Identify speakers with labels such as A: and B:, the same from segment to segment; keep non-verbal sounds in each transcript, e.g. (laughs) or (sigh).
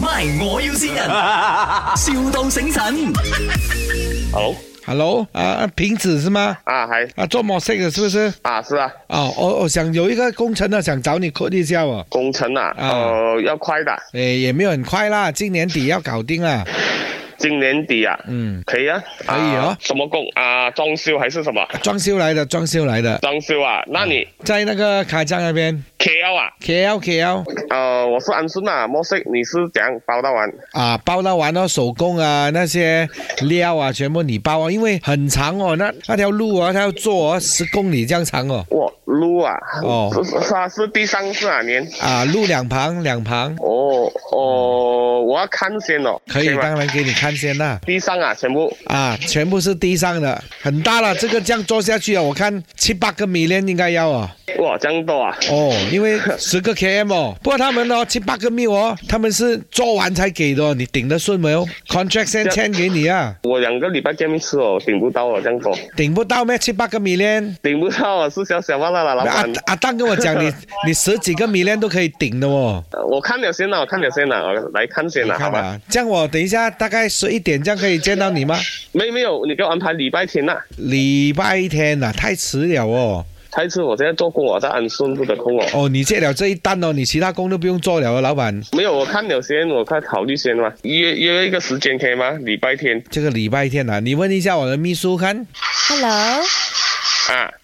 A: ，My 我要先人，,笑到醒神。
B: Hello，
C: Hello，啊，瓶子是吗？
B: 啊，还
C: 啊，做模式的是不是？
B: 啊是啊，
C: 哦，我我想有一个工程呢，啊想找你 code 一下哦。
B: 工程啊，
C: 啊
B: 呃，要快的，
C: 诶，也没有很快啦，今年底要搞定啦。
B: 今年底啊，
C: 嗯，
B: 可以啊，
C: 可以哦
B: 啊什么工啊？装修还是什么？
C: 装修来的，装修来的，
B: 装修啊？那你
C: 在那个卡江那边
B: KL 啊？
C: ，KL KL
B: 呃，我是安顺啊，莫西，你是怎样包到完？
C: 啊，包到完哦，手工啊，那些料啊，全部你包哦，因为很长哦，那那条路啊，它要做哦，十公里这样长哦，
B: 哇，路啊，
C: 哦
B: 是是啊，是第三次啊年。
C: 啊，路两旁两旁，
B: 哦哦，我要看先哦，
C: 嗯可以，
B: 吗
C: 当然给你看先啦。
B: 地上啊，全部
C: 啊，全部是地上的，很大了。这个这样做下去啊，我看七八个米链应该要哦。
B: 哇，这样多啊！
C: 哦，因为十
B: (laughs)
C: 个 km 哦，不过他们哦七八个米哦，他们是做完才给的、哦，你顶得顺没有？contract 先签给你啊，
B: 我两个礼拜见面吃哦，顶不到哦，这样多，
C: 顶不到咩？七八个米链。
B: 顶不到啊，是小小忘了啦，老
C: 阿
B: 板。
C: 阿蛋跟我
B: (laughs)
C: 讲，你你十几个米链都可以顶的哦。
B: 呃我看了先啦，我看了先啦，我来看先
C: 你
B: 啦，好
C: 看
B: 吧？
C: 啊，这样我等一下大概十一点这样可以见到你吗？
B: 没没有，你给我安排礼拜天啦。
C: 礼拜天呐、啊，太迟了哦。
B: 太迟，我现在做工，我在安顺不得空哦。
C: 哦，你借了这一单哦，你其他工都不用做了哦，老板。
B: 没有，我看了先，我快考虑先嘛。约约一个时间可以吗？礼拜天
C: 这个礼拜天啊，你问一下我的秘书看。
D: Hello，
B: 啊。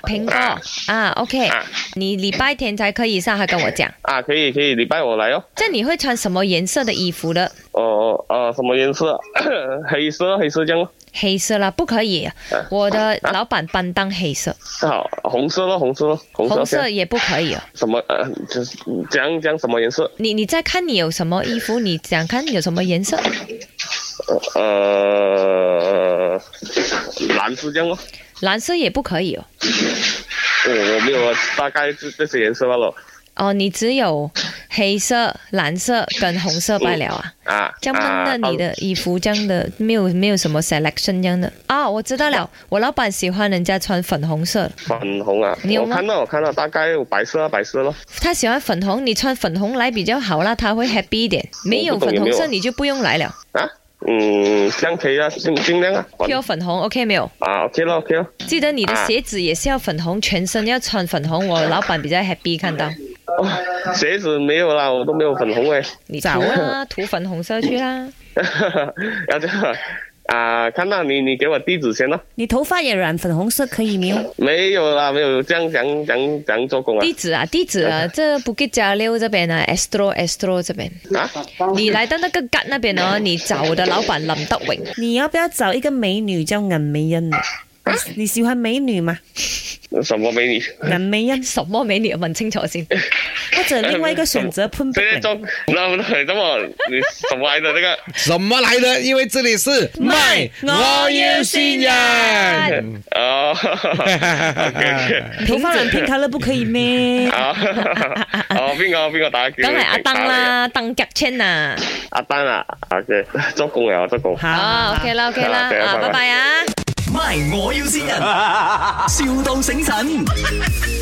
D: 苹果
B: 啊
D: 啊，OK，
B: 啊
D: 你礼拜天才可以上，还跟我讲，
B: 啊，可以可以，礼拜我来哦。
D: 这样你会穿什么颜色的衣服呢？
B: 哦哦呃，什么颜色？ (coughs) 黑色黑色这样咯。
D: 黑色啦，不可
B: 啊
D: 以，我的老板班当黑色，
B: 好，红色咯，红色咯，红色
D: 红
B: 这样
D: 色也不可以哦。
B: 什么呃，就是讲讲什么颜色？
D: 你你再看你有什么衣服，你想看有什么颜色？
B: 呃，蓝是这样咯。
D: 蓝色也不可以哦。
B: 我、我没有，啊大概这这些颜色罢了。
D: 哦，你只有黑色、蓝色跟红色罢了啊。
B: 啊，
D: 这样闷的你
B: 啊
D: 的衣服，这样的没有没有什么 selection 这样的啊，我知道了，我老板喜欢人家穿粉红色的，
B: 粉红啊，
D: 你有
B: 我
D: 吗
B: 看到我看到，大概有白色啊白色咯。
D: 他喜欢粉红，你穿粉红来比较好啦，他会 happy 一点。没有粉红色你就不用来了，
B: 啊，嗯，这样可以啊，尽尽量啊。粉
D: 挑粉红 OK 没有？
B: 啊，OK 咯 OK 咯，
D: 记得你的鞋子也是要粉红，全身要穿粉红，我老板比较 happy 看到。
B: 哦鞋子没有啦，我都没有粉红诶。 (laughs)
D: 你涂啦，涂粉红色去啦。
B: 要这样啊啊，看到你你给我地址先咯。
E: 你头发也染粉红色可以没有？
B: 没有啦，没有这样讲讲讲做工啊
D: 地址啊，地址啊，这不给加六这边啊，Astro Astro 这边，
B: 啊，
D: 你来到那个 g 那边呢，你找我的老板林德荣。
E: 你要不要找一个美女叫银美欣啊？你你喜欢美女吗？
B: 什么美女？
E: 银美欣，
D: 什么美女？问清楚先。
E: 或者另外一个选择潘碧
B: 现在
E: 玲。
B: 做那不对，这么你什么来的那个？
C: 什么来的？因为这里是卖，我要新人。
B: 哦 (laughs) ，OK，
E: 头发染 pink color 不可以咩？
D: (laughs)
B: 好，哦，边个边个打叫？
D: 梗係阿登，啦，鄧日清啊。
B: 阿丹啊，OK，做工啊，做工。
D: 哦，OK 啦，OK 啦，
B: 好
D: 啊，
B: 拜拜
D: 拜拜啊。
A: My 我要先人，,笑到醒神。